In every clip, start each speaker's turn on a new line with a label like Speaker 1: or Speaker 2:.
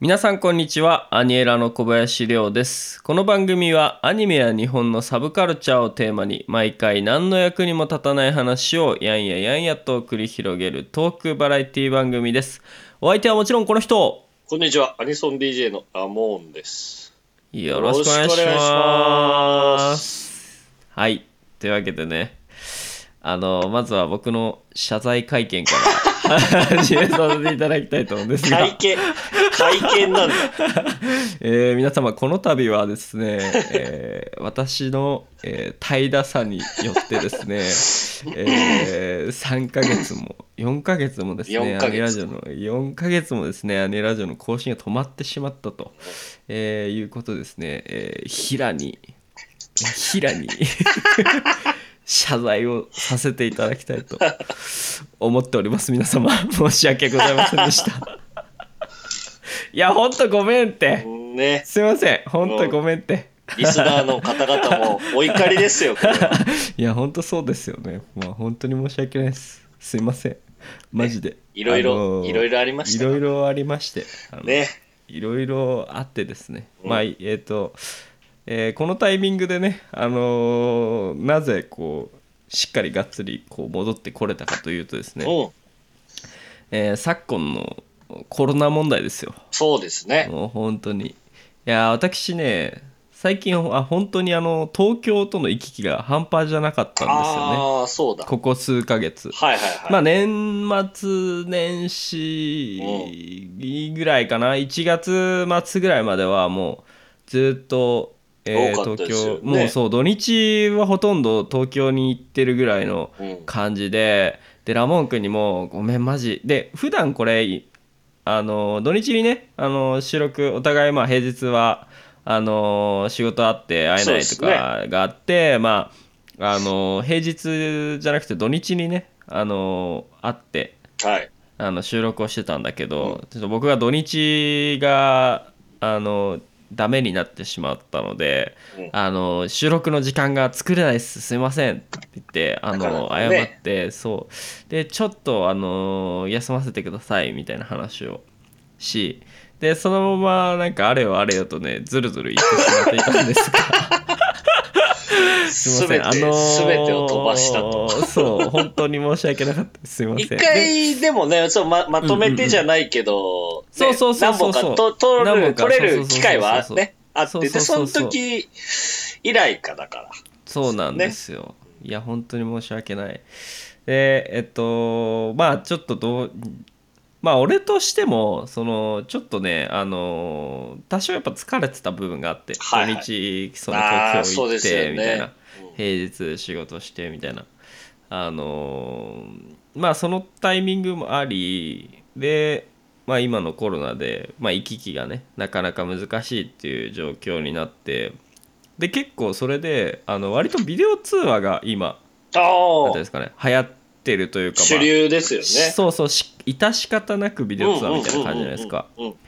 Speaker 1: 皆さんこんにちはアニエラの小林亮ですこの番組はアニメや日本のサブカルチャーをテーマに毎回何の役にも立たない話をやんややんやと繰り広げるトークバラエティ番組ですお相手はもちろんこの人
Speaker 2: こんにちは、アニソン DJ のアモーンです。
Speaker 1: よろしくお願いし
Speaker 2: よろしくお願いし
Speaker 1: ま
Speaker 2: ます
Speaker 1: はいというわけでねあのまずは僕の謝罪会見から 始めさせていただきたいと思うんですが
Speaker 2: 会見、会見なんだ。
Speaker 1: えー皆様この度はですね、えー私の、えー怠惰さによってですね、えー3ヶ月も4ヶ月もですね
Speaker 2: 4
Speaker 1: ア
Speaker 2: ヶ月
Speaker 1: ニラジオの4ヶ月もですねアニラジオの更新が止まってしまったと、えーいうことですね、えー、平に平に謝罪をさせていただきたいと思っております皆様申し訳ございませんでしたいやほんとごめんって
Speaker 2: ね、
Speaker 1: すいません本当にごめんって
Speaker 2: リスナーの方々もお怒りですよ、これはい
Speaker 1: や本当そうですよねまあ本当に申し訳ないですすいませんマジで
Speaker 2: いろいろ
Speaker 1: あのー
Speaker 2: いろいろありました
Speaker 1: い
Speaker 2: ね
Speaker 1: ろいろありましてあの
Speaker 2: ね、
Speaker 1: いろいろあってですね、
Speaker 2: うん
Speaker 1: まあえっ、と、えーこのタイミングでねあのーなぜこうしっかりがっつりこう戻ってこれたかというとですね、
Speaker 2: うん、
Speaker 1: えー昨今のコロナ問題ですよ
Speaker 2: そうですね。
Speaker 1: もう本当にいや私ね最近あ本当にあの東京との行き来が半端じゃなかったんですよね
Speaker 2: ああ、そうだ。は
Speaker 1: ここ数ヶ月、
Speaker 2: いはいはい。
Speaker 1: まあ年末年始ぐらいかな1月末ぐらいまではもうずっと、えー
Speaker 2: 多かった
Speaker 1: 東
Speaker 2: ですよね
Speaker 1: 京もうそう土日はほとんど東京に行ってるぐらいの
Speaker 2: うん、
Speaker 1: 感じででラモン君にも「ごめんマジ」で普段これあの土日にねあの収録お互いまあ平日はあの仕事あって会え
Speaker 2: そう
Speaker 1: な
Speaker 2: で
Speaker 1: いと
Speaker 2: す
Speaker 1: かがあって、まああの平日じゃなくて土日にねあの会って
Speaker 2: はい。
Speaker 1: あの収録をしてたんだけど、ちょっと僕が土日があのダメになってしまったので、
Speaker 2: うん
Speaker 1: あの収録の時間が作れないですすいませんって言ってあ
Speaker 2: なか
Speaker 1: の
Speaker 2: なかね
Speaker 1: 謝ってそうでちょっとあの休ませてくださいみたいな話をしでそのままなんかあれよあれよとねずるずる言ってしまっていたんですが
Speaker 2: す
Speaker 1: い
Speaker 2: べて、
Speaker 1: ませ
Speaker 2: す
Speaker 1: んあのー
Speaker 2: べてを飛ばしたと。
Speaker 1: そう本当に申し訳なかったですすいません
Speaker 2: 一回でもね、そうままとめてじゃないけど、
Speaker 1: うんうんうん
Speaker 2: ね
Speaker 1: そうそうそうそう
Speaker 2: 何本かと取
Speaker 1: 何本
Speaker 2: る
Speaker 1: か
Speaker 2: 取れ
Speaker 1: そう
Speaker 2: る
Speaker 1: そうそうそう
Speaker 2: 機会はね、あっ
Speaker 1: そう
Speaker 2: て
Speaker 1: そ
Speaker 2: て、
Speaker 1: うそ
Speaker 2: そうの
Speaker 1: そう
Speaker 2: 時以来かだから。
Speaker 1: そうなんですよ。いや、本当に申し訳ない。で、えっと、まあ、ちょっとどう、まあ、俺としても、その、ちょっとね、あの、多少やっぱ疲れてた部分があって、
Speaker 2: はいはい
Speaker 1: 土日、その、
Speaker 2: あー
Speaker 1: 東京
Speaker 2: そう
Speaker 1: 行
Speaker 2: で
Speaker 1: っ
Speaker 2: すよ
Speaker 1: て、
Speaker 2: ね
Speaker 1: みたいな、
Speaker 2: うん
Speaker 1: 平日仕事して、みたいな。あの、まあ、そのタイミングもあり、で、まあ、今のコロナで、まあ、行き来がねなかなか難しいっていう状況になってで結構それであの割とビデオ通話が今な
Speaker 2: あ
Speaker 1: んていうん
Speaker 2: あ
Speaker 1: ですかね流行ってるというか、まあ
Speaker 2: 主流ですよね。
Speaker 1: そうそうし致し方なくビデオ通話みたいな感じじゃないですか
Speaker 2: うんうんうんうん。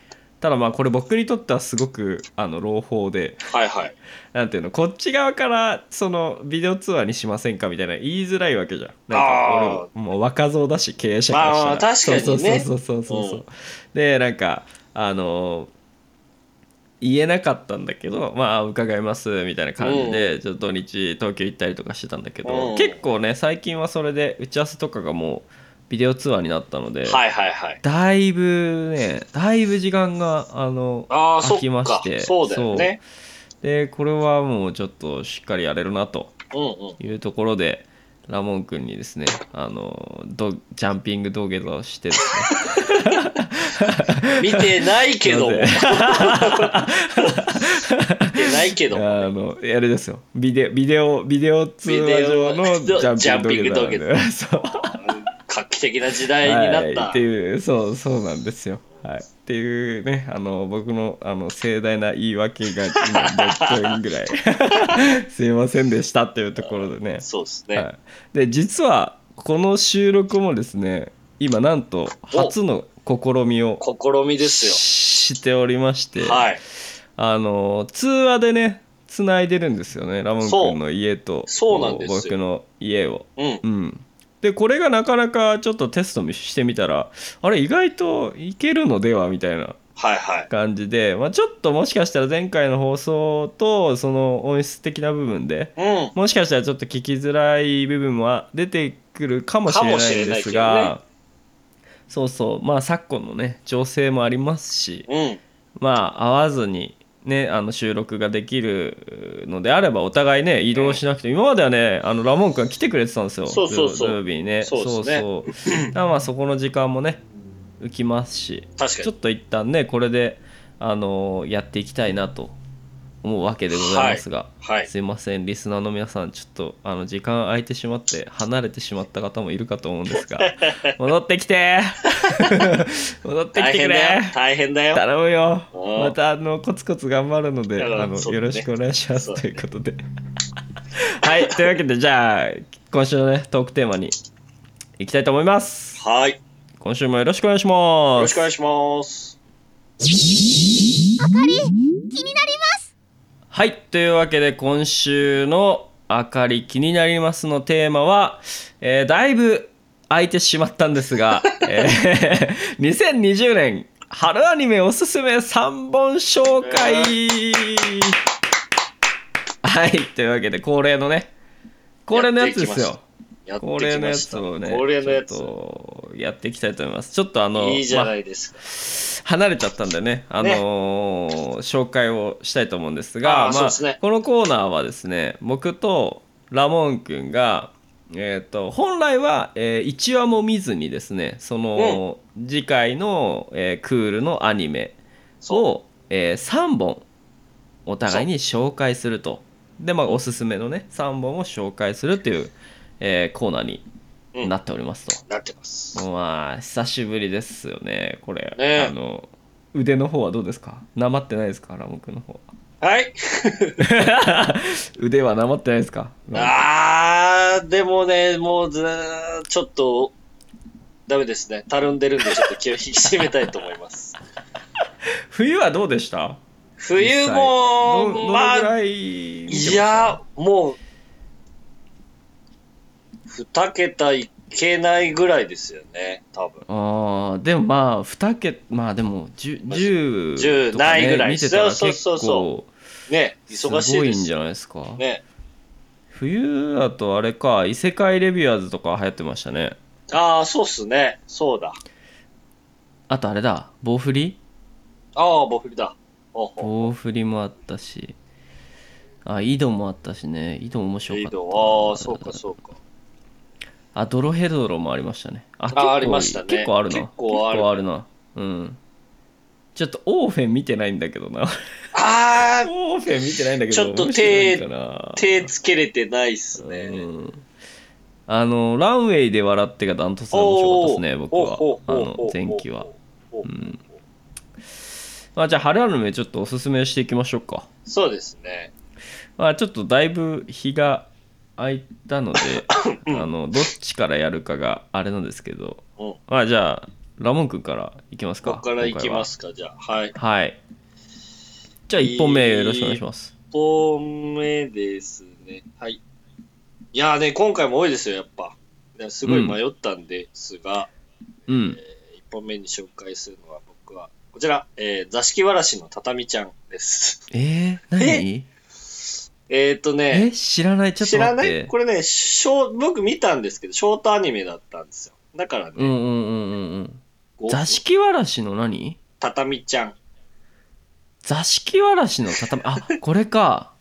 Speaker 1: ただまあこれ僕にとってはすごくあの朗報で
Speaker 2: はいはい。
Speaker 1: なんていうのこっち側からそのビデオ通話にしませんかみたいな言いづらいわけじゃんなんか俺もう若造だし経営者からしたら、
Speaker 2: まあ確かにね
Speaker 1: そうそうそうそうそう、
Speaker 2: うん
Speaker 1: でなんかあの言えなかったんだけどまあ伺いますみたいな感じで、ちょっと土日東京行ったりとかしてたんだけど、
Speaker 2: うん
Speaker 1: 結構ね最近はそれで打ち合わせとかがもうビデオ通話になったので、
Speaker 2: はいはいはい。
Speaker 1: だいぶねだいぶ時間があの
Speaker 2: ああ、そ
Speaker 1: 飽
Speaker 2: っ
Speaker 1: きまし
Speaker 2: か
Speaker 1: て。
Speaker 2: そうだよね。
Speaker 1: でこれはもうちょっとしっかりやれるなと
Speaker 2: うんうん。
Speaker 1: いうところでラモン君にですねあのどジャンピング土下座をしてですね
Speaker 2: 見てない けども。 見
Speaker 1: す
Speaker 2: てないけども。
Speaker 1: あのあれですよビデビデオビデオ通話上の
Speaker 2: ビデオ
Speaker 1: ジャンピング土下座なんで そう
Speaker 2: 画期的な時代にな
Speaker 1: はい、
Speaker 2: っ
Speaker 1: ったて。いうそうそうなんですよ、はい、っていうねあの僕のあの盛大な言い訳が今6分ぐ らいすいませんでしたっていうところでね
Speaker 2: そうです
Speaker 1: は
Speaker 2: ね。
Speaker 1: い、で実はこの収録もですね今なんと初の試みを
Speaker 2: 試みですよ。
Speaker 1: しておりまして、
Speaker 2: はい。
Speaker 1: あの通話でねつないでるんですよねラモン君の家と
Speaker 2: そうなんですよ
Speaker 1: 僕の家を。
Speaker 2: うん。
Speaker 1: うん、でこれがなかなかちょっとテストしてみたらあれ意外といけるのではみたいな
Speaker 2: はいはい。
Speaker 1: 感じで、まあ、ちょっともしかしたら前回の放送とその音質的な部分で
Speaker 2: うん。
Speaker 1: もしかしたらちょっと聞きづらい部分は出てくるかもしれないんです
Speaker 2: かもしれない
Speaker 1: が、そうそうまあ昨今のね情勢もありますし
Speaker 2: うん。
Speaker 1: まあ会わずにねあの収録ができるのであればお互いね移動しなくて、今まではねあのラモン君来てくれてたんですよ
Speaker 2: そうそうそう
Speaker 1: 土曜日にね
Speaker 2: そうですね
Speaker 1: そうそうだからまあそこの時間もね浮きますし
Speaker 2: 確か
Speaker 1: ちょ
Speaker 2: に
Speaker 1: っ。と一旦ねこれであのやっていきたいなと思うわけでございますが、
Speaker 2: はい。
Speaker 1: すいませんリスナーの皆さんちょっとあの時間空いてしまって離れてしまった方もいるかと思うんです が戻ってきて戻ってき
Speaker 2: 大
Speaker 1: てく
Speaker 2: 変
Speaker 1: れ
Speaker 2: だよ。大変だよ。
Speaker 1: 頼むよ
Speaker 2: うん
Speaker 1: またあのコツコツ頑張るので
Speaker 2: だから
Speaker 1: あの、
Speaker 2: そうだね
Speaker 1: よろしくお願いします、
Speaker 2: そうだ
Speaker 1: とい
Speaker 2: ね
Speaker 1: うことで はいというわけでじゃあ今週のねトークテーマにいきたいと思います
Speaker 2: はい。よ
Speaker 1: 今週もよろしくお願いしま
Speaker 2: ろし
Speaker 1: す
Speaker 2: くお願いします。
Speaker 1: はいというわけで今週の「あかり気になります」のテーマは、えーだいぶ空いてしまったんです が、えー2020年春アニメおすすめ3本紹介、はいというわけで恒例のね恒例のやつです
Speaker 2: やっていきま
Speaker 1: よ
Speaker 2: や
Speaker 1: 恒例の
Speaker 2: ってきま
Speaker 1: や
Speaker 2: し
Speaker 1: つ
Speaker 2: た。
Speaker 1: をね
Speaker 2: 恒例のや
Speaker 1: ち
Speaker 2: つ。
Speaker 1: ょっとやっていきたいと思いますちょっとあの
Speaker 2: いいじゃ
Speaker 1: ま
Speaker 2: な
Speaker 1: あ
Speaker 2: いですか。
Speaker 1: 離れちゃったんでね、あのー紹介をしたいと思うんですが、
Speaker 2: あーそう
Speaker 1: ま
Speaker 2: ですね
Speaker 1: このコーナーはですね、僕とラモン君が、えー、と本来は、え1話も見ずにですね、その、次回の、えークールのアニメ
Speaker 2: そう。
Speaker 1: を、え3本お互いに紹介すると。で、まあ、おすすめのね、3本を紹介するという、えーコーナー
Speaker 2: う
Speaker 1: に
Speaker 2: ん
Speaker 1: なっておりますと。
Speaker 2: なってます。
Speaker 1: まあ久しぶりですよねこれ、
Speaker 2: ねえ
Speaker 1: あの腕の方はどうですかなまってないですかラモクの方
Speaker 2: はい。
Speaker 1: は 腕はなまってないですか
Speaker 2: あー、でもね、もうずーちょっと、ダメですね。たるんでるんで、ちょっと気を引き締めたいと思い ます。
Speaker 1: 冬はどうでした
Speaker 2: 冬
Speaker 1: 実際ど
Speaker 2: も、
Speaker 1: どのぐ
Speaker 2: まあ、
Speaker 1: らい見てました
Speaker 2: いや、もう、二桁いけないぐらいですよね、多分。
Speaker 1: あーでもまあ2桁まあでも 10,
Speaker 2: まあ
Speaker 1: 10とか、
Speaker 2: ない
Speaker 1: ね、
Speaker 2: ぐらい
Speaker 1: 見てたら結
Speaker 2: そ
Speaker 1: 構
Speaker 2: うそうそね、
Speaker 1: す
Speaker 2: 忙しい
Speaker 1: ご
Speaker 2: で
Speaker 1: い
Speaker 2: す。
Speaker 1: んじゃないですか
Speaker 2: ね。
Speaker 1: 冬だとあれか異世界レビュアーズとか流行ってましたね
Speaker 2: ああ、そうっすね。そうだ。
Speaker 1: あとあれだ棒振り
Speaker 2: ああ、ボフリだ。ほうほ
Speaker 1: 大振りもあったしあ井戸もあったしね井戸面
Speaker 2: う。リ
Speaker 1: 白
Speaker 2: ー
Speaker 1: かった
Speaker 2: ド。ああー、そうか、そうか。
Speaker 1: あドロヘドロもありましたねあ
Speaker 2: あ
Speaker 1: 結構
Speaker 2: ありましたね
Speaker 1: 結構あるな
Speaker 2: 結構ある
Speaker 1: なうんちょっとオーフェン見てないんだけ どな
Speaker 2: ああ、
Speaker 1: オーフェン見てないんだけど
Speaker 2: ちょっと
Speaker 1: 面白いかな
Speaker 2: 手つけれてないっすね。
Speaker 1: うんあのランウェイで笑ってがダントツで面白かったですね僕は
Speaker 2: ほう
Speaker 1: あ
Speaker 2: ほうほうほう
Speaker 1: の前期は。
Speaker 2: ほうほう
Speaker 1: うんまあじゃあ春アルメちょっとおすすめしていきましょうか
Speaker 2: そうですね。
Speaker 1: まあ、ちょっとだいぶ日が空いた ので、あのどっちからやるかがあれなんですけど、
Speaker 2: うん
Speaker 1: まあじゃあラモン君からいきますか
Speaker 2: ここからいきますか、じゃあ。はい。
Speaker 1: 今回ははいじゃあ1本目よろしくお願いします
Speaker 2: 1本目ですね。はい。いやーね、今回も多いですよ、やっぱ。ねすごい迷ったんですが、
Speaker 1: うん
Speaker 2: 一1本目に紹介するのは僕は、こちら、えー座敷わらしの畳ちゃんです。
Speaker 1: えー、何
Speaker 2: えーっと
Speaker 1: え
Speaker 2: ね、
Speaker 1: 知らないちょっ
Speaker 2: 知
Speaker 1: と
Speaker 2: ら
Speaker 1: 待っ
Speaker 2: な
Speaker 1: て
Speaker 2: いこれね、ショー僕見たんですけど、ショートアニメだったんですよ。だか
Speaker 1: う
Speaker 2: ら
Speaker 1: ん
Speaker 2: ね、
Speaker 1: うんうんうんうん
Speaker 2: こう
Speaker 1: 座敷わらしの何
Speaker 2: 畳ちゃん。
Speaker 1: 座敷わらしの畳 あこれか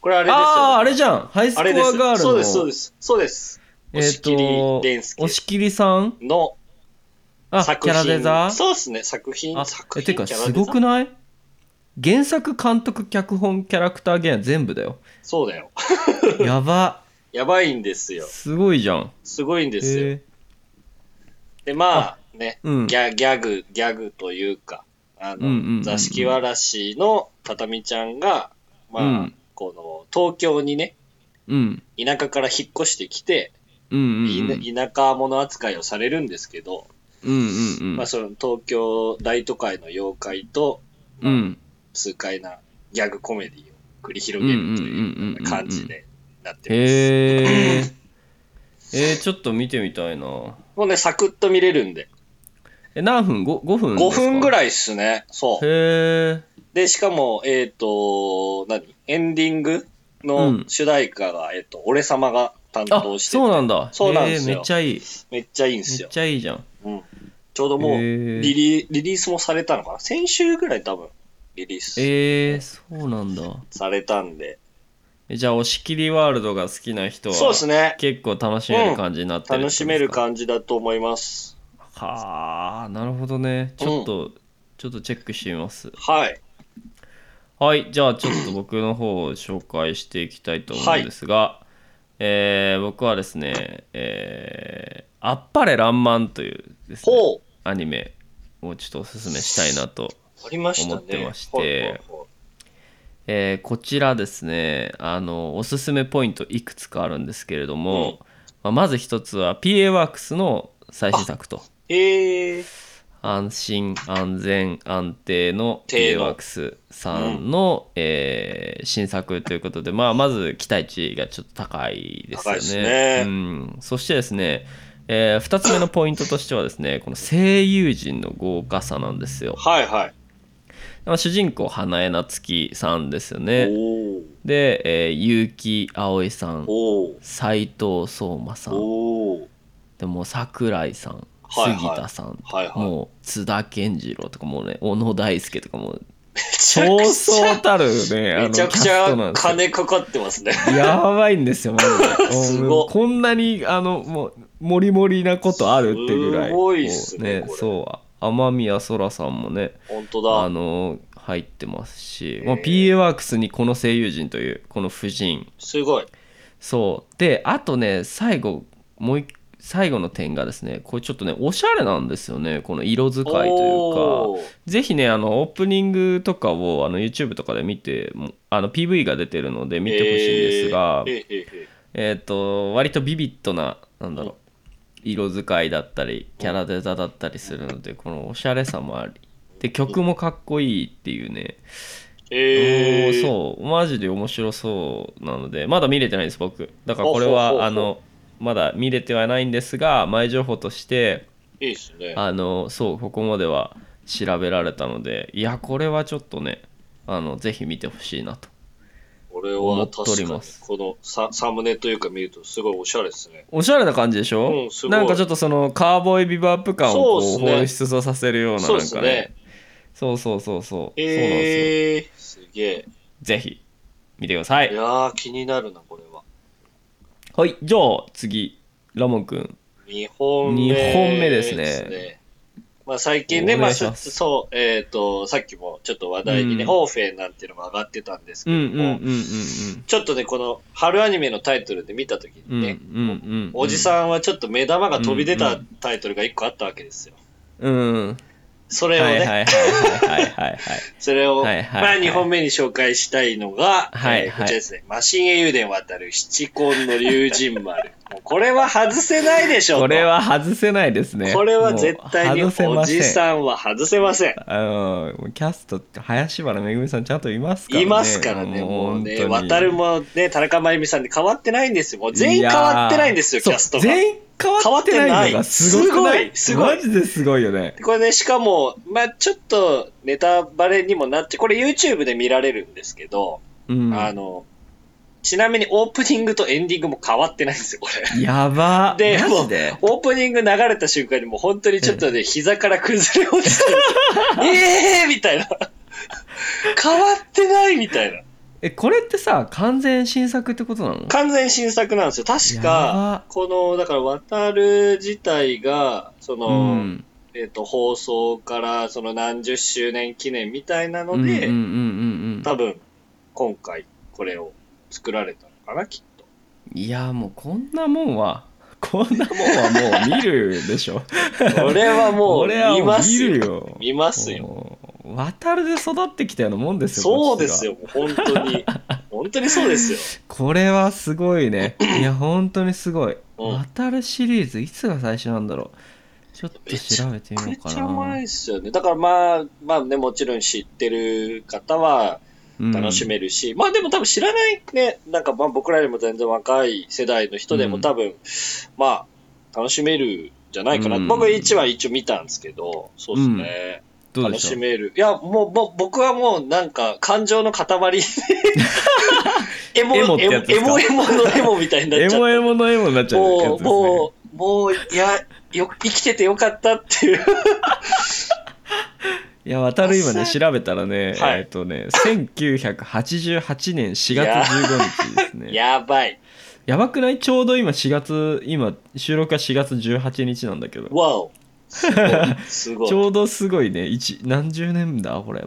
Speaker 2: これあ
Speaker 1: あ
Speaker 2: れですよ。
Speaker 1: あーあれじゃんハイスコ
Speaker 2: あ
Speaker 1: ア
Speaker 2: れです。
Speaker 1: ガールの
Speaker 2: そうです、そうです。そうです。
Speaker 1: え
Speaker 2: 押
Speaker 1: っ、
Speaker 2: 切
Speaker 1: と
Speaker 2: 蓮介
Speaker 1: 押切さん
Speaker 2: の
Speaker 1: あ
Speaker 2: 作
Speaker 1: キャ
Speaker 2: 品。
Speaker 1: ラデザ
Speaker 2: そうですね、作品、
Speaker 1: あ
Speaker 2: 作
Speaker 1: えて
Speaker 2: 品、
Speaker 1: か
Speaker 2: キャラ
Speaker 1: す
Speaker 2: デザ
Speaker 1: ごくない原作監督脚本キャラクター原全部だ よ
Speaker 2: そうだよ。
Speaker 1: やば
Speaker 2: やばいんですよ。
Speaker 1: すごいじゃん
Speaker 2: すごいんですよ。
Speaker 1: え
Speaker 2: で、まあ、ね、
Speaker 1: ーうん
Speaker 2: ギャギャグ、ギャグというか、あの、
Speaker 1: うんうんうんうん
Speaker 2: 座敷わらしの畳ちゃんが、まあ、
Speaker 1: うん
Speaker 2: この、東京にね、
Speaker 1: うん
Speaker 2: 田舎から引っ越してきて、
Speaker 1: うんうんうん
Speaker 2: い田舎者扱いをされるんですけど、
Speaker 1: うんうんうん
Speaker 2: まあ、その東京大都会の妖怪と
Speaker 1: うん
Speaker 2: 痛快なギャグコメディを繰り広げるという感じでなってます。
Speaker 1: へえー。えー、ちょっと見てみたいな。
Speaker 2: もうね、サクッと見れるんで。
Speaker 1: え、何分 ?5, 5分
Speaker 2: 5分ぐ
Speaker 1: い。
Speaker 2: らいっすね。そう。
Speaker 1: へえ。
Speaker 2: で、しかも、えっ、と、何エンディング
Speaker 1: う
Speaker 2: の
Speaker 1: ん
Speaker 2: 主題歌が、えっ、と、俺様が担
Speaker 1: あ
Speaker 2: 当、してて
Speaker 1: そうなんだ。
Speaker 2: そうなんですよ
Speaker 1: えーめっちゃいい。
Speaker 2: めっちゃいいんです
Speaker 1: めっ
Speaker 2: よ。
Speaker 1: ちゃいいじゃん。
Speaker 2: うん、ちょうどもう
Speaker 1: へー
Speaker 2: リリリリースもされたのかな先週ぐらい多分リリース
Speaker 1: えー、そうなんだ。
Speaker 2: されたんで。
Speaker 1: えじゃあ、押し切りワールドが好きな人は、
Speaker 2: そうですね。
Speaker 1: 結構楽しめる感じになってるってことで
Speaker 2: 楽
Speaker 1: すか
Speaker 2: しめる感じだと思います。
Speaker 1: はあ、なるほどね。ちょっと、ちょっとチェックしてみます。
Speaker 2: はい。
Speaker 1: はい、じゃあちょっと僕の方を紹介していきたいと思うんですが、えー僕はですね、えーあっぱれらんまんというですね、
Speaker 2: ほう。
Speaker 1: アニメをちょっとおすすめしたいなと
Speaker 2: ありましたね。
Speaker 1: 思ってまして
Speaker 2: はいはいはい
Speaker 1: えーこちらですねあのおすすめポイントいくつかあるんですけれども、まあまず一つは PA ワークスの最新作と
Speaker 2: えー、
Speaker 1: 安心安全安定の
Speaker 2: 定
Speaker 1: PA
Speaker 2: の
Speaker 1: ワークスさんの、えー新作ということで、まあ、まず期待値がちょっと高いですよね
Speaker 2: 高いですね
Speaker 1: うん、そしてですね、え2つ目のポイントとしてはですねこの声優陣の豪華さなんですよ
Speaker 2: はいはい。
Speaker 1: まあ主人公花江夏樹さんですよ
Speaker 2: お
Speaker 1: ね
Speaker 2: ー
Speaker 1: で、えー、結城葵さん
Speaker 2: おー
Speaker 1: 斎藤聡馬さん
Speaker 2: おー
Speaker 1: でもう桜井さん
Speaker 2: はいはい
Speaker 1: 杉田さん、
Speaker 2: はいはい。
Speaker 1: もう津田健次郎とかもうね小野大輔とかもう
Speaker 2: めちゃ
Speaker 1: そう
Speaker 2: くち
Speaker 1: そう
Speaker 2: ゃ、
Speaker 1: たるねあ
Speaker 2: め
Speaker 1: の
Speaker 2: ち
Speaker 1: キ
Speaker 2: ゃ
Speaker 1: ャ
Speaker 2: くち
Speaker 1: ストな
Speaker 2: ゃ
Speaker 1: んですよ
Speaker 2: 金かかってますね。
Speaker 1: やばいんですよ マジで
Speaker 2: ごい
Speaker 1: もうこんなにあのもうモリモリなことあるってぐらい
Speaker 2: すごいっすね
Speaker 1: こう
Speaker 2: これ
Speaker 1: そう天宮そらさんもね
Speaker 2: 本当
Speaker 1: あ
Speaker 2: だ。
Speaker 1: の入ってますし、
Speaker 2: へー
Speaker 1: まあ、PA ワークスにこの声優陣というこの婦人
Speaker 2: すごい。
Speaker 1: そうであとね最後もう一最後の点がですねこれちょっとねおしゃれなんですよねこの色使いというか
Speaker 2: おー
Speaker 1: ぜひねあのオープニングとかをあの YouTube とかで見てもあの PV が出てるので見てほしいんですが
Speaker 2: え
Speaker 1: えっ、
Speaker 2: ーえーえ
Speaker 1: と割とビビッドななんだろう色使いだったりキャラデザだったりするのでこのおしゃれさもありで曲もかっこいいっていうね、
Speaker 2: ーえー、えー
Speaker 1: おーそうマジで面白そうなのでまだ見れてないんです僕だからこれ
Speaker 2: ほうほうほうほう
Speaker 1: はあのまだ見れてはないんですが前情報として
Speaker 2: いいっすね。
Speaker 1: あのそうここまでは調べられたのでいやこれはちょっとねあのぜひ見てほしいなと
Speaker 2: 俺は
Speaker 1: 思ってお
Speaker 2: 確
Speaker 1: り
Speaker 2: かに
Speaker 1: ます
Speaker 2: このササムネというか見るとすごいおしゃれですね。
Speaker 1: おしゃれな感じでしょ、
Speaker 2: うんすごい
Speaker 1: なんかちょっとそのカーボーイビバップ感をこう
Speaker 2: そうっすね
Speaker 1: 放出させるようななん
Speaker 2: そ
Speaker 1: か
Speaker 2: う
Speaker 1: ね
Speaker 2: ですね。
Speaker 1: そうそうそうそう、そうなんですよ
Speaker 2: えー、すげえ。
Speaker 1: ぜひ見てくださ
Speaker 2: い
Speaker 1: い
Speaker 2: やー気になるなこれは。
Speaker 1: はいじゃあ次ラモンくん
Speaker 2: 2本目
Speaker 1: 二本目ですね
Speaker 2: まあ最近ね、
Speaker 1: お
Speaker 2: ま
Speaker 1: 願
Speaker 2: あ、
Speaker 1: いし
Speaker 2: そ
Speaker 1: ます
Speaker 2: そう、えっ、と、さっきもちょっと話題にね、
Speaker 1: うん
Speaker 2: オーフェンなんていうのが上がってたんですけ
Speaker 1: うん
Speaker 2: ど
Speaker 1: うん
Speaker 2: も、
Speaker 1: うんうんうん
Speaker 2: ちょっとね、この春アニメのタイトルで見たときにね、
Speaker 1: うんうんうん、
Speaker 2: おじ
Speaker 1: ん、
Speaker 2: さんはちょっと目玉が飛び出たタイトルが1個あったわけですよ。
Speaker 1: うん、
Speaker 2: そ
Speaker 1: は
Speaker 2: れ
Speaker 1: い
Speaker 2: をね、
Speaker 1: はいはいはい はいはい、
Speaker 2: それを、
Speaker 1: はいはい
Speaker 2: まあ
Speaker 1: はい
Speaker 2: 2本目に紹介したいのが、
Speaker 1: はい
Speaker 2: えーこちらですね、マシン英雄伝渡る七根の竜神 丸。もうこれは外せないでしょうと
Speaker 1: これは外せないですね
Speaker 2: これは絶対に
Speaker 1: もう外せま
Speaker 2: お
Speaker 1: せん
Speaker 2: じさんは外せません。
Speaker 1: あのもうキャストって林原めぐみさんちゃんといますからね
Speaker 2: いますからね、もうね、
Speaker 1: 本当に
Speaker 2: 渡るもね、田中真由美さんに変わってないんですよ。もう全員変わってないんですよ、
Speaker 1: いやー
Speaker 2: キャスト
Speaker 1: そう
Speaker 2: が。
Speaker 1: 全員変わってないのがすごくない
Speaker 2: すごいすごい
Speaker 1: マジですごいよね
Speaker 2: これね、しかも、まあちょっとネタバレにもなって、これ YouTube で見られるんですけど、
Speaker 1: うん
Speaker 2: あの、ちなみにオープニングとエンディングも変わってないんですよ、これ。
Speaker 1: やば
Speaker 2: で
Speaker 1: マジで
Speaker 2: オープニング流れた瞬間にもう本当にちょっとね、膝から崩れ落 ちてる。えーみたいな。変わってないみたいな。
Speaker 1: えこれってさ完全新作ってことなの
Speaker 2: 完全新作なんですよ。確
Speaker 1: や
Speaker 2: か
Speaker 1: ば、
Speaker 2: この、だから、渡る自体が、その、
Speaker 1: うん
Speaker 2: えっ、と、放送から、その何十周年記念みたいな
Speaker 1: うんう
Speaker 2: の
Speaker 1: んうん
Speaker 2: で、
Speaker 1: うんうん
Speaker 2: 多分、今回、これを作られたのかな、きっと。
Speaker 1: いやもうこんなもんはこんなもんはもう見るでしょ
Speaker 2: これはもう、
Speaker 1: 俺は
Speaker 2: 見
Speaker 1: もう
Speaker 2: ます
Speaker 1: 見る
Speaker 2: よ。
Speaker 1: よ
Speaker 2: 見ますよ。
Speaker 1: もう渡るで育ってきたようなもんですよ
Speaker 2: そ
Speaker 1: こ
Speaker 2: う
Speaker 1: っ
Speaker 2: で
Speaker 1: ちが
Speaker 2: すよ、もう本当 に。本当にそうですよ。
Speaker 1: これはすごい ねいや本当にすごい
Speaker 2: うん
Speaker 1: 渡るシリーズいつが最初なんだろうちょっと調べてみ
Speaker 2: め
Speaker 1: よう
Speaker 2: っ
Speaker 1: か
Speaker 2: ちゃうまい
Speaker 1: な
Speaker 2: っすよね。だからまあ、まあね、もちろん知ってる方は、
Speaker 1: うん
Speaker 2: 楽しめるし、まあでも多分知らないね、なんかまあ僕らよりも全然若い世代の人で
Speaker 1: う
Speaker 2: も
Speaker 1: ん
Speaker 2: 多分、まあ楽しめるんじゃないかな。
Speaker 1: うん
Speaker 2: 僕は1話一応見たんですけど、そうですね。
Speaker 1: どうで
Speaker 2: 楽
Speaker 1: し
Speaker 2: し
Speaker 1: ょう
Speaker 2: める。いや、もう、もう僕はもうなんか感情 の塊エモ、
Speaker 1: エ
Speaker 2: エ
Speaker 1: モ
Speaker 2: モ、
Speaker 1: ってやつです
Speaker 2: エ
Speaker 1: か
Speaker 2: モエモのエモみたいになっちゃ
Speaker 1: エ
Speaker 2: って。
Speaker 1: モエモのエモになっちゃうや
Speaker 2: も
Speaker 1: つ
Speaker 2: う、
Speaker 1: ですね
Speaker 2: もう、もう、いや、よ、生きててよかったっていう。
Speaker 1: いや渡る今ね調べたらね、
Speaker 2: はい
Speaker 1: えっとね1988年4月15日ですねや
Speaker 2: やばい。
Speaker 1: ばくないちょうど今4月今収録は4月18日なんだけど
Speaker 2: わお。す ごい。すごい
Speaker 1: ちょうどすごいね一何十年だこれ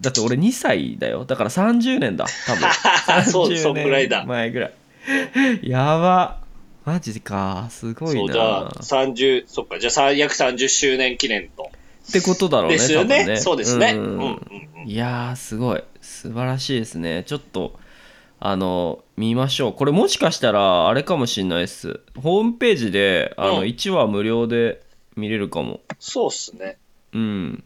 Speaker 1: だって俺2歳だよだから30年だ多 分
Speaker 2: そうそん
Speaker 1: 30
Speaker 2: くらいだ
Speaker 1: 年前ぐらいやばマジかすごい
Speaker 2: そうじゃ
Speaker 1: な
Speaker 2: あ、30、そっか、じゃあさ約30周年記念と。
Speaker 1: ってことだろうね
Speaker 2: ですよ
Speaker 1: 多
Speaker 2: ね
Speaker 1: 分ね
Speaker 2: そうですね。うん
Speaker 1: ん
Speaker 2: うんうん。
Speaker 1: いやーすごい素晴らしいですねちょっとあの見ましょうこれもしかしたらあれかもしんないっすホームページであの
Speaker 2: うん
Speaker 1: 1話無料で見れるかも
Speaker 2: そうっすね。
Speaker 1: うん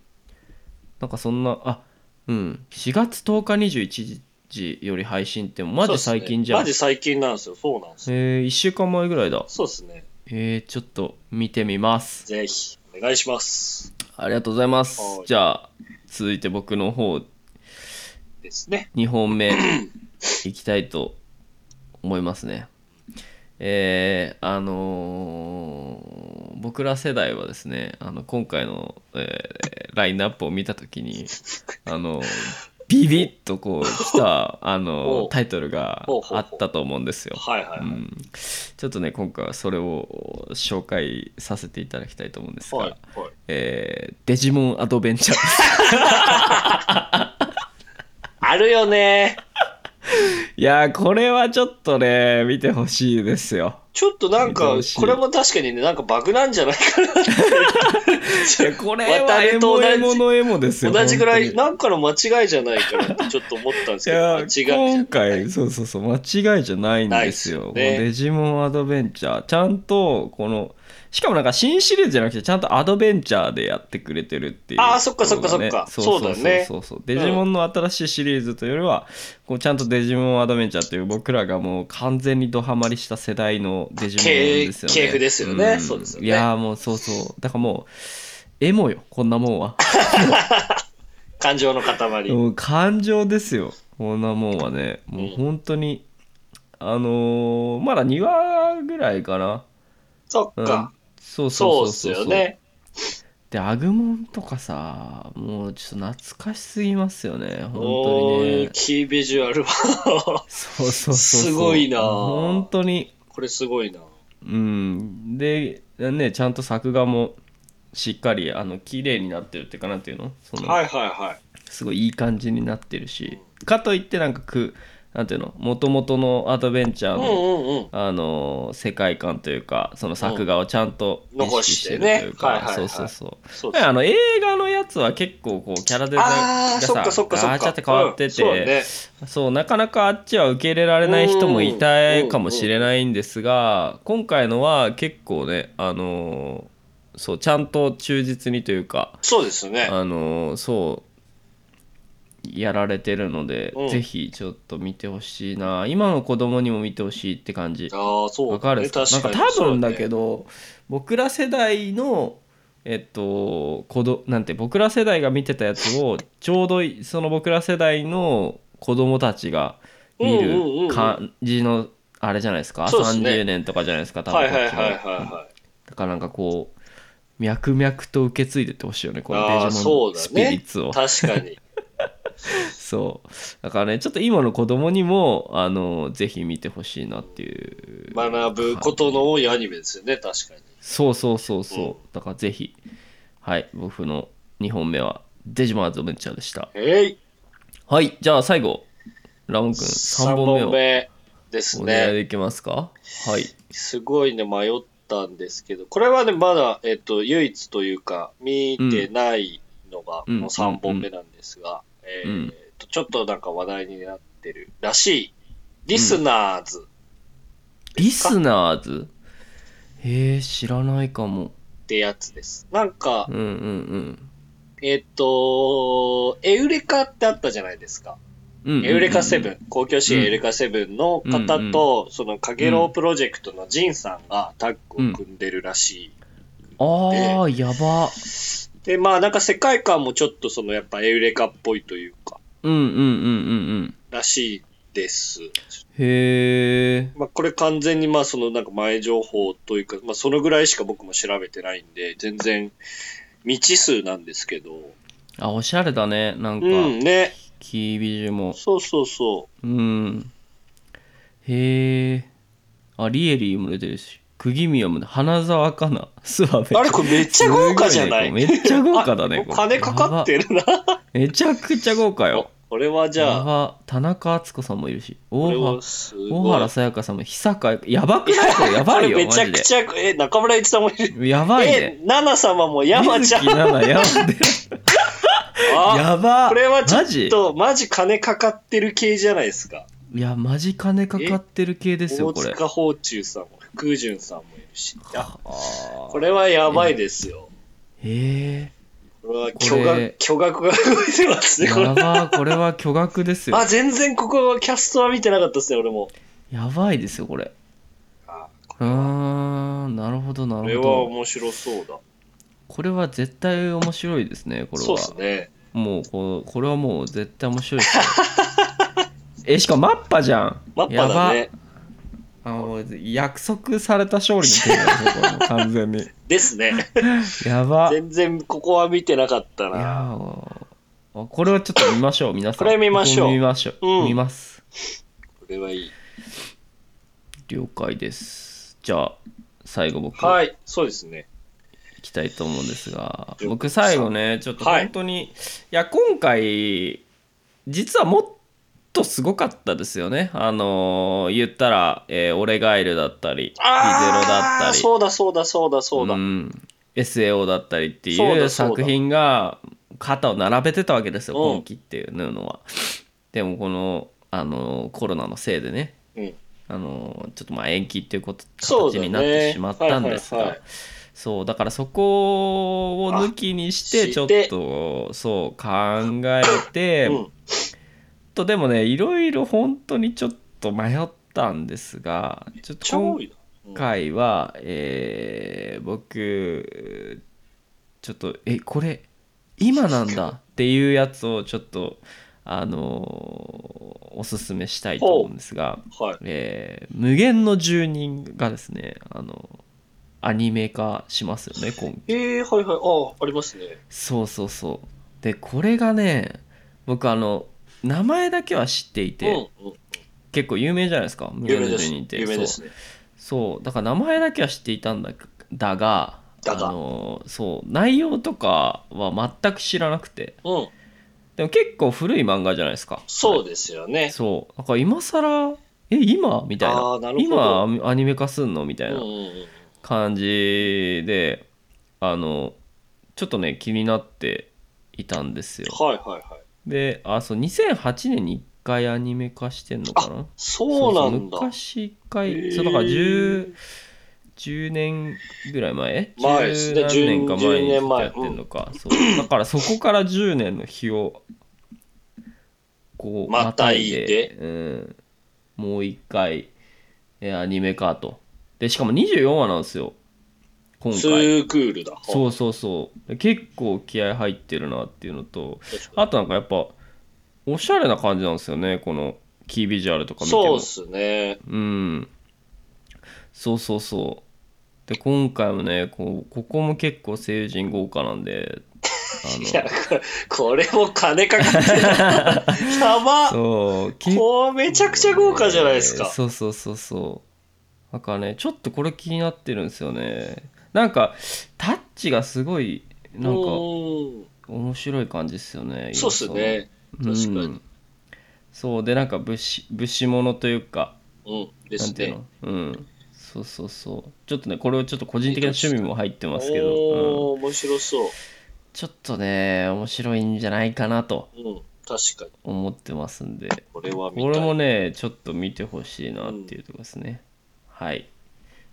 Speaker 1: なんかそんなあうん4月10日21時より配信ってマ
Speaker 2: そう
Speaker 1: ジ
Speaker 2: っすね
Speaker 1: 最近じゃん、
Speaker 2: マジ最近なんですよ。そうなんですよ。
Speaker 1: えー、1週間前ぐらいだ
Speaker 2: そうっすね。
Speaker 1: えー、ちょっと見てみます
Speaker 2: ぜひ、お願いします。
Speaker 1: ありがとうございます
Speaker 2: はい
Speaker 1: じゃあ続いて僕の方
Speaker 2: ですね。
Speaker 1: 2本目いきたいと思いますね。えーあのー僕ら世代はですねあの今回の、えーラインナップを見た時にあのビビッとこう来たあ
Speaker 2: お
Speaker 1: の
Speaker 2: う
Speaker 1: タイトルが
Speaker 2: ほうほうほう
Speaker 1: あったと思うんですよ。
Speaker 2: はいはいうはい。
Speaker 1: ん、ちょっとね今回はそれを紹介させていただきたいと思うんですが、
Speaker 2: はいはい。
Speaker 1: えーデジモンアドベンチャーです。
Speaker 2: あるよね。
Speaker 1: いやーこれはちょっとね見てほしいですよ。
Speaker 2: ちょっとなんか
Speaker 1: 見てほし、い
Speaker 2: これも確かにね、なんかバグなんじゃないかな。
Speaker 1: いやこれは
Speaker 2: 渡
Speaker 1: エ
Speaker 2: ると
Speaker 1: モ
Speaker 2: 同じ
Speaker 1: エモのエモですよ
Speaker 2: 同じぐらい、
Speaker 1: 本
Speaker 2: なんかの間違いじゃないかなってちょっと思ったんです
Speaker 1: 当
Speaker 2: けど、間違い
Speaker 1: にい
Speaker 2: じゃ
Speaker 1: や
Speaker 2: ない
Speaker 1: 今回そうそうそう間違いじゃないんですよ
Speaker 2: ないですよね
Speaker 1: もうデジモンアドベンチャーちゃんとこのしかもなんか新シリーズじゃなくてちゃんとアドベンチャーでやってくれてるっていう
Speaker 2: あーそっかそっかそ
Speaker 1: と
Speaker 2: っか
Speaker 1: ころが
Speaker 2: そうだね
Speaker 1: そうそうそうそうデジモンの新しいシリーズというよりはこうちゃんとデジモンアドベンチャーっていう僕らがもう完全にドハマりした世代のデジモンですよね
Speaker 2: 系系譜ですよね
Speaker 1: ん
Speaker 2: そうですよね
Speaker 1: いやーもうそうそうだからもうエモよこんなもんは
Speaker 2: 感情の塊。
Speaker 1: もう感情ですよこんなもんはねもう本当に、あのーまだ2話ぐらいかな、
Speaker 2: そっ
Speaker 1: うん
Speaker 2: か。、
Speaker 1: そうそうう
Speaker 2: そっ
Speaker 1: そ
Speaker 2: す
Speaker 1: うそう
Speaker 2: よね。
Speaker 1: でアグモンとかさもうちょっと懐かしすぎますよね本当
Speaker 2: お
Speaker 1: に
Speaker 2: ー
Speaker 1: ね
Speaker 2: キービジュアルは
Speaker 1: そうそうそうそう
Speaker 2: すごいな
Speaker 1: 本当に
Speaker 2: これすごいな。
Speaker 1: うんでねちゃんと作画もしっかりあの綺麗になってるっていうかなんていうのその
Speaker 2: はいはいはい。
Speaker 1: すごいいい感じになってるしかといってなんかくなんていうのもともとのアドベンチャー
Speaker 2: う
Speaker 1: の、
Speaker 2: んうんうん。
Speaker 1: あの世界観というかその作画をちゃんと
Speaker 2: うん
Speaker 1: 意識してるというか、
Speaker 2: 残してねはいはいはい
Speaker 1: そうそうそう
Speaker 2: そうっす
Speaker 1: あの映画のやつは結構こうキャラデザ
Speaker 2: あ
Speaker 1: イ
Speaker 2: ー、そっ
Speaker 1: が
Speaker 2: か
Speaker 1: さ
Speaker 2: そっかそっ
Speaker 1: ガ
Speaker 2: か。
Speaker 1: チャって変わって
Speaker 2: う
Speaker 1: て、
Speaker 2: んそうだね。
Speaker 1: そうなかなかあっちは受け入れられない人もいたいかもしれないんですが今回のは結構ねあのーそうちゃんと忠実にというか
Speaker 2: そうですよ ね。
Speaker 1: あのーそうやられてるので、
Speaker 2: うん
Speaker 1: ぜひちょっと見てほしいな今の子供にも見てほしいって感じ
Speaker 2: ああ、そうだね。
Speaker 1: わかるっすかなん
Speaker 2: 確
Speaker 1: か
Speaker 2: に
Speaker 1: 多分だけ
Speaker 2: ど。
Speaker 1: ど僕ら世代のえっと子どなんて僕ら世代が見てたやつをちょうどいその僕ら世代の子供たちが見
Speaker 2: うんうんうんうん
Speaker 1: る感じのあれじゃないですか、
Speaker 2: そうっすね
Speaker 1: 30年とかじゃないですか多
Speaker 2: は
Speaker 1: 分
Speaker 2: い
Speaker 1: こ
Speaker 2: はい
Speaker 1: っち
Speaker 2: はいはい
Speaker 1: が
Speaker 2: は
Speaker 1: だからなんかこう脈々と受け継いでってほしいよねこの
Speaker 2: あー
Speaker 1: デジ
Speaker 2: そ
Speaker 1: モ
Speaker 2: う
Speaker 1: ン
Speaker 2: だね
Speaker 1: スピリッツを
Speaker 2: い。確か に。
Speaker 1: そうだからねちょっと今の子供にもあのぜひ見てほしいなっていう
Speaker 2: 学ぶことの多いアニメですよね、確かに。
Speaker 1: そうそうそうそう、
Speaker 2: うん
Speaker 1: だからぜひはい僕の2本目はデジモンアドベンチャーでした
Speaker 2: えい
Speaker 1: はいじゃあ最後ラモン君3
Speaker 2: 3
Speaker 1: 本目
Speaker 2: 本
Speaker 1: を
Speaker 2: 目です
Speaker 1: お願い
Speaker 2: ね。
Speaker 1: できますか、はい
Speaker 2: すごいね、迷ったんですけど、これはね、まだ、えっと、唯一というか、見てないのが、
Speaker 1: うん
Speaker 2: この3本目なんですが、え
Speaker 1: うん
Speaker 2: ーっと、ちょっとなんか話題になってるらしい、リスナーズ
Speaker 1: リスナーズへえ知らないかも
Speaker 2: ってやつです。なんか
Speaker 1: う、んうんうん
Speaker 2: えっと、エウレカってあったじゃないですか。
Speaker 1: うんうんうん
Speaker 2: エウレカセブン、公共支援エウレカセブンの方と、そのかげろうプロジェクトのジンさんがタッグを組んでるらしい。
Speaker 1: ああ、やば。
Speaker 2: で、まあなんか世界観もちょっとそのやっぱエウレカっぽいというか、
Speaker 1: うんうんうんうんうん。
Speaker 2: らしいです。
Speaker 1: へえ。
Speaker 2: まあこれ完全にまあそのなんか前情報というか、まあそのぐらいしか僕も調べてないんで、全然未知数なんですけど、
Speaker 1: あ、おしゃれだね。なんか、
Speaker 2: うんね、
Speaker 1: キービジュも。
Speaker 2: そうそうそう。
Speaker 1: うん。へえ。あ、リエリーも出てるし。釘宮もね、花澤香菜、諏訪部。
Speaker 2: あれこれめっちゃ豪華じゃない
Speaker 1: すごねこれめっちゃ豪華だね。
Speaker 2: あ金かかって
Speaker 1: る。
Speaker 2: るな。
Speaker 1: やばめちゃくちゃ豪華よ。
Speaker 2: これはじゃ
Speaker 1: や
Speaker 2: あ、
Speaker 1: ば田中敦子さんもいるし。
Speaker 2: こ
Speaker 1: 大
Speaker 2: れ
Speaker 1: 原
Speaker 2: はす
Speaker 1: 大
Speaker 2: ごい
Speaker 1: 原。さやかさんも、久かやばくないこれやばいよ、
Speaker 2: これめ
Speaker 1: マ
Speaker 2: ちゃ
Speaker 1: ジ
Speaker 2: くちゃ、え、中村一さんもいる。
Speaker 1: で。やばい
Speaker 2: え
Speaker 1: ね。、
Speaker 2: 奈々様も山ちゃ
Speaker 1: 水
Speaker 2: ん。
Speaker 1: 木奈々やばい
Speaker 2: あ
Speaker 1: やば
Speaker 2: これはちょ
Speaker 1: マ
Speaker 2: っ
Speaker 1: ジ
Speaker 2: と、マジ金かかってる系じゃないですか。
Speaker 1: いや、マジ金かかってる系ですよ、
Speaker 2: 大
Speaker 1: これ。
Speaker 2: 塚宝中さんも、福潤さんもいるし。いやこ
Speaker 1: こ
Speaker 2: れはやばいですよ。
Speaker 1: え
Speaker 2: これは
Speaker 1: こ
Speaker 2: 巨
Speaker 1: れ
Speaker 2: 額、巨額が動いてます
Speaker 1: ー、
Speaker 2: ね、こ
Speaker 1: や
Speaker 2: れ。
Speaker 1: ばー、これは巨額ですよ
Speaker 2: あ、。全然ここはキャストは見てなかったですね、俺も。
Speaker 1: やばいですよ、これ。
Speaker 2: あこ
Speaker 1: うーん、なるほど、な
Speaker 2: れ
Speaker 1: る
Speaker 2: は
Speaker 1: ほど。
Speaker 2: 面白そうだ。
Speaker 1: これは絶対面白いですね、これ
Speaker 2: そう
Speaker 1: は
Speaker 2: で。すね。
Speaker 1: もうこう、これはもう絶対面白いですよ。 え、しかもマッパじゃん。
Speaker 2: マッパだね。
Speaker 1: やば。あもう約束された勝利の手だよ、これもう完全に。
Speaker 2: で すね。
Speaker 1: やば。いや
Speaker 2: 全然ここは見てなかったな。
Speaker 1: ーあこれはちょっと見ましょう、皆さん。
Speaker 2: これ見ましょう
Speaker 1: これ見ましょう。
Speaker 2: うん
Speaker 1: 見ます。
Speaker 2: これはいい。
Speaker 1: 了解ですじゃあ最後僕
Speaker 2: は
Speaker 1: 行
Speaker 2: い、そうですね。
Speaker 1: きたいと思うんですが、
Speaker 2: 了解
Speaker 1: 僕最後ねちょっと本当に、い、や今回実はもっとすごかったですよねあのー言ったら、えー俺ガイルだったりリゼロだった
Speaker 2: あー
Speaker 1: り
Speaker 2: そうだそうだそうだそうだ。
Speaker 1: ん、SAO だったりって
Speaker 2: そう
Speaker 1: いう
Speaker 2: だそうだ
Speaker 1: 作品が肩を並べてたわけですよ
Speaker 2: うん
Speaker 1: 今期っていうのはでもこのあのコロナのせいでね
Speaker 2: うん
Speaker 1: あのちょっとまあ延期っていうこと
Speaker 2: そう
Speaker 1: 形
Speaker 2: だね
Speaker 1: になってしまったんです
Speaker 2: はいは
Speaker 1: が
Speaker 2: いはい
Speaker 1: そうだからそこを抜きにして
Speaker 2: あ
Speaker 1: ちょっ
Speaker 2: して
Speaker 1: とそう考えて
Speaker 2: う
Speaker 1: ちょっ
Speaker 2: ん、
Speaker 1: とでもねいろいろ本当にちょっと迷ったんですがちょっと
Speaker 2: ちゃ
Speaker 1: 今
Speaker 2: 多い
Speaker 1: 今
Speaker 2: な。
Speaker 1: 回は、えー僕ちょっとえこれ今なんだっていうやつをちょっとあのーおすすめしたいと思うんですが、
Speaker 2: うんはい。
Speaker 1: えー無限の住人がですねあのアニメ化しますよね今
Speaker 2: えー、はいはい。ああ、ありますね。
Speaker 1: そうそうそうでこれがね僕あの名前だけは知っていて、
Speaker 2: うんうん。
Speaker 1: 結構有名じゃないですか無
Speaker 2: 有
Speaker 1: 限の
Speaker 2: 名で
Speaker 1: 住
Speaker 2: す。
Speaker 1: 人って
Speaker 2: 有名
Speaker 1: そう
Speaker 2: ですね。
Speaker 1: そうだから名前だけは知っていたんだだが
Speaker 2: だが
Speaker 1: あのそう内容とかは全く知らなくて
Speaker 2: うん。
Speaker 1: でも結構古い漫画じゃないですか
Speaker 2: そうですよね。
Speaker 1: そうだから今更え今みたい
Speaker 2: あ
Speaker 1: な
Speaker 2: ーなるほど
Speaker 1: 今アニメ化すんのみた
Speaker 2: う
Speaker 1: い
Speaker 2: んう
Speaker 1: なん
Speaker 2: うん。
Speaker 1: 感じであのちょっとね気になっていたんですよ
Speaker 2: はいはいはい。
Speaker 1: であそう2008年に1回アニメ化してんのかな
Speaker 2: そうなん
Speaker 1: そ
Speaker 2: だ。
Speaker 1: う昔一
Speaker 2: へ
Speaker 1: 回
Speaker 2: ー
Speaker 1: そうだから 10, 10年ぐらい前
Speaker 2: 前ですね
Speaker 1: 10年か前にちょっ
Speaker 2: 10年
Speaker 1: と
Speaker 2: 前
Speaker 1: やってんのか、そうだからそこから10年の日をこう
Speaker 2: またいで
Speaker 1: うん、もう一回えアニメ化とでしかも24話なんですよ今
Speaker 2: ツ
Speaker 1: 回
Speaker 2: ークールだ。
Speaker 1: そうそうそうで結構気合入ってるなっていうのと
Speaker 2: 確かに
Speaker 1: あとなんかやっぱおしゃれな感じなんですよねこのキービジュアルとか見ても
Speaker 2: そうですね。
Speaker 1: うん。そうそうそう。で、今回もね、こうここも結構成人豪華なんで、
Speaker 2: い
Speaker 1: あ
Speaker 2: や、これも金かかってる。 や
Speaker 1: の、
Speaker 2: ば
Speaker 1: そう、結構
Speaker 2: こうめちゃくちゃ豪華じゃないですか。
Speaker 1: そうそうそうそう。なんかね、ちょっとこれ気になってるんですよね。なんか、タッチがすごい、なんか、
Speaker 2: うん
Speaker 1: 面白い感じですよね。
Speaker 2: そうっすね。
Speaker 1: 今その。
Speaker 2: 確かに
Speaker 1: うんそう、で、なんか武士、武士物というか、
Speaker 2: うん。で
Speaker 1: なん
Speaker 2: す
Speaker 1: ていう
Speaker 2: ね。
Speaker 1: のうんそうそうそうちょっとねこれをちょっと個人的な趣味も入ってますけど、うん
Speaker 2: おー、面白そう。
Speaker 1: ちょっとね面白いんじゃないかなと
Speaker 2: うん。確かに。
Speaker 1: 思ってますんで
Speaker 2: これは見
Speaker 1: これ
Speaker 2: た
Speaker 1: も
Speaker 2: い。
Speaker 1: ねちょっと見てほしいなっていうとこですね、はい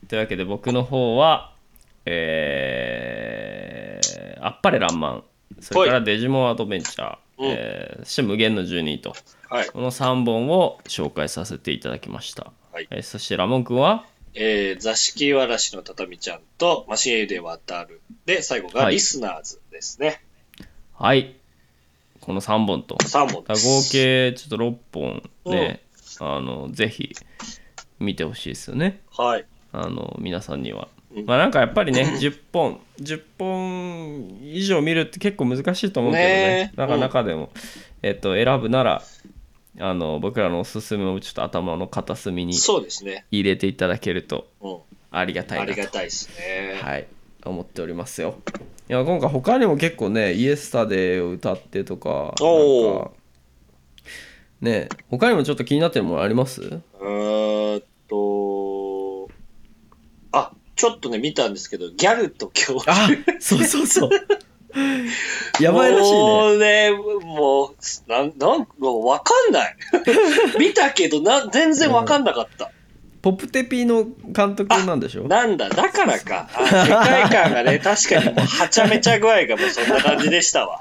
Speaker 1: というわけで僕の方はえー、あっぱれらんまんそれからデジモンアドベンチャー、
Speaker 2: うん
Speaker 1: えーそして無限の住人と
Speaker 2: はい。
Speaker 1: この3本を紹介させていただきました。
Speaker 2: はい
Speaker 1: えーそしてラモン君は
Speaker 2: えー、座敷わらしの畳ちゃんと、マシンエイで渡る。で、最後が
Speaker 1: はい
Speaker 2: リスナーズですね。
Speaker 1: はい。この3本と。
Speaker 2: 3
Speaker 1: 合
Speaker 2: 本です。
Speaker 1: 計ちょっと6本で、あの、ぜひ見てほしいですよね。
Speaker 2: はい。
Speaker 1: あの、皆さんには
Speaker 2: う。ん
Speaker 1: まあなんかやっぱりね、10本、10本以上見るって結構難しいと思うけどね
Speaker 2: ね。え
Speaker 1: なんか中でも、えっと、選ぶなら、あの、僕らのおすすめをちょっと頭の片隅に
Speaker 2: そうですね。
Speaker 1: 入れていただけると
Speaker 2: うん。
Speaker 1: ありがたい
Speaker 2: あ
Speaker 1: なと
Speaker 2: りがたいですね。
Speaker 1: はい、思っておりますよ。いや今回他にも結構ね「イエスタデー」を歌ってとか
Speaker 2: おー
Speaker 1: なんかね他にもちょっと気になってるものあります
Speaker 2: うーんと、あ、ちょっとね、見たんですけど、ギャルと恐竜。
Speaker 1: あそうそうそう やばいらしいね
Speaker 2: もうね、もう、なん、なんかわかんない。 見たけど、な、全然わかんなかった。
Speaker 1: ポップテピの監督なんでしょ
Speaker 2: なんだ、だからか。あ世界観がね、確かにもう、はちゃめちゃ具合がもうそんな感じでしたわ。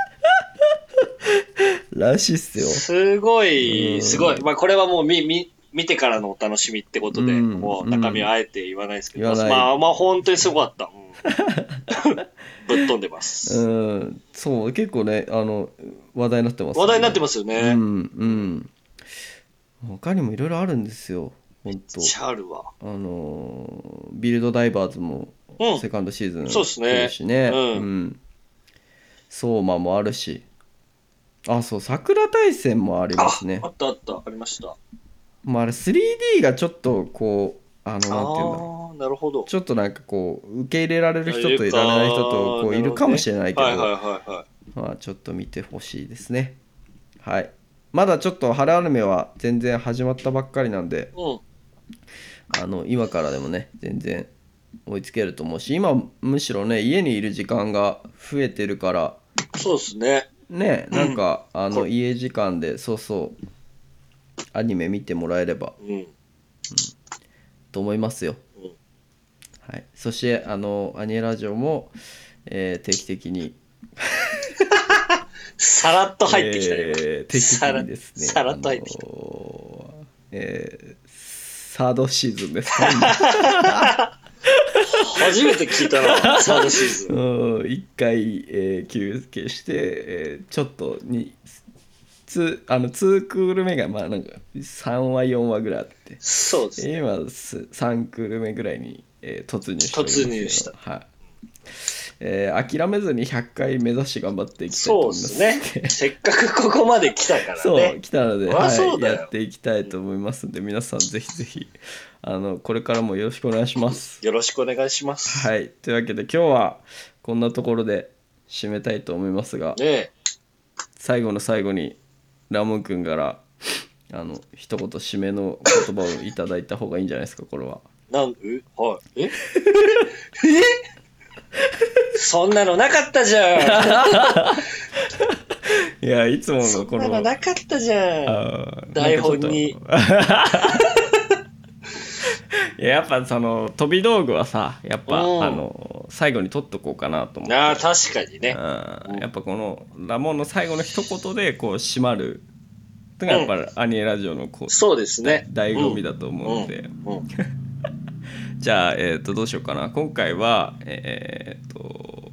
Speaker 1: らしいっすよ
Speaker 2: すご
Speaker 1: うん
Speaker 2: い、すごい。まあ、これはもう見、見、見てからのお楽しみってことで、
Speaker 1: うん
Speaker 2: もう中身はあえて言わないですけど、
Speaker 1: うん言わない
Speaker 2: まあ、まあ、本当にすごかった。 うんぶっ飛んでます。
Speaker 1: うんそう結構ねあの話題になってますよね、
Speaker 2: 話題になってますよね。
Speaker 1: う
Speaker 2: めっ
Speaker 1: んうん他にもいろいろあるんですよ本当
Speaker 2: ちゃあるわ。
Speaker 1: あのービルドダイバーズも
Speaker 2: うん
Speaker 1: セカンドシーズン
Speaker 2: そうっすね
Speaker 1: 来るしね、
Speaker 2: うん
Speaker 1: ん相馬もあるしあそう桜大戦もありま
Speaker 2: あ
Speaker 1: すね
Speaker 2: あったあった、ありました。あ
Speaker 1: まあ、あれ 3D がちょっとこうあのなんてい
Speaker 2: あ
Speaker 1: うんだろ
Speaker 2: ー、なるほど
Speaker 1: う。ちょっとなんかこう受け入れられる人といられない人とこういるかもしれないけど
Speaker 2: はいはいはいはい。
Speaker 1: まあ、ちょっと見てほしいですねはいまだちょっと春アニメは全然始まったばっかりなんで
Speaker 2: うん。
Speaker 1: あの今からでもね全然追いつけると思うし今むしろね家にいる時間が増えてるから
Speaker 2: そうですね。
Speaker 1: ねなんか、あ
Speaker 2: こ
Speaker 1: の
Speaker 2: れ
Speaker 1: 家時間でそうそうアニメ見てもらえれば
Speaker 2: うん。
Speaker 1: と思いますよ、
Speaker 2: うん
Speaker 1: はい、そしてあのアニエラジオも、えー定期的に
Speaker 2: さらっと入ってきたね。
Speaker 1: えー定期的にですね
Speaker 2: さらさらっと入ってき
Speaker 1: あのーえーサードシーズンですか
Speaker 2: 初めて聞いたな、サードシーズ ン。
Speaker 1: うん一回、えー休憩して、えーちょっとにつあの2クール目がまあなんか3話4話ぐらいあって
Speaker 2: そうですね。
Speaker 1: 今す3クール目ぐらいに、えー突入しております
Speaker 2: 突入した
Speaker 1: はいえー諦めずに100回目指して頑張っていきたいと
Speaker 2: そう
Speaker 1: 思い
Speaker 2: で
Speaker 1: ます
Speaker 2: すね。せっかくここまで来たから
Speaker 1: そう
Speaker 2: ね。
Speaker 1: 来たので、
Speaker 2: そりゃそう
Speaker 1: はい、
Speaker 2: だよ
Speaker 1: やっていきたいと思いますんで皆さんぜひぜひあのこれからもよろしくお願いします。
Speaker 2: よろしくお願いします。
Speaker 1: はい、というわけで今日はこんなところで締めたいと思いますが、
Speaker 2: ね
Speaker 1: 最後の最後にラモン君からあの一言締めの言葉をいただいた方がいいんじゃないですかこれは。
Speaker 2: え。なん、うはい。ええそんなのなかったじ ゃん。
Speaker 1: いやいつも
Speaker 2: そ
Speaker 1: のこ
Speaker 2: んな
Speaker 1: の
Speaker 2: のなかったじ ゃん。
Speaker 1: あー
Speaker 2: 台本 に
Speaker 1: なんかちょっといややっぱその飛び道具はさやっぱ
Speaker 2: うん
Speaker 1: あの最後に取っとこうかなと思って
Speaker 2: ああ、確かにね。
Speaker 1: うんやっぱこのラモンの最後の一言でこう締まるのがやっぱりアニエラジオのこう、
Speaker 2: そうですね。
Speaker 1: 醍醐味だと思うんで、
Speaker 2: うん。うん
Speaker 1: じゃあ、えー、とどうしようかな今回はえっ、と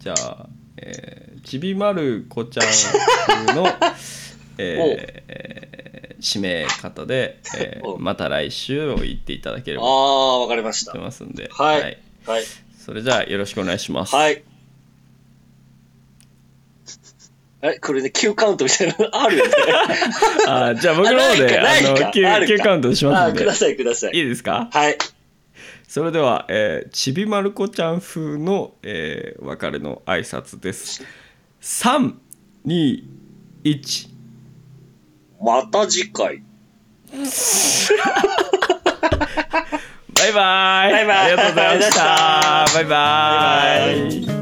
Speaker 1: じゃあ、えーちびまる子ちゃん風 の、えー締め方で、えー
Speaker 2: お
Speaker 1: また来週を言っていただけれ
Speaker 2: あ
Speaker 1: ばと
Speaker 2: あ、わかりました
Speaker 1: 思い。ますんで、
Speaker 2: はいはい。
Speaker 1: それじゃあよろしくお願いします。
Speaker 2: はい。え、これね、9カウントみたいなのある よね。
Speaker 1: あじゃあ僕の方で
Speaker 2: あないか
Speaker 1: あ
Speaker 2: ないか
Speaker 1: の 9,
Speaker 2: あるか
Speaker 1: カウントします
Speaker 2: あ
Speaker 1: ん
Speaker 2: ー、
Speaker 1: で
Speaker 2: ください、くださ
Speaker 1: い
Speaker 2: い。
Speaker 1: いですか
Speaker 2: はい。
Speaker 1: それでは、えーちびまる子ちゃん風の、えー、別れの挨拶です321
Speaker 2: また次回。
Speaker 1: バイバイ
Speaker 2: バイバイ
Speaker 1: ありがとうございましたバイバイ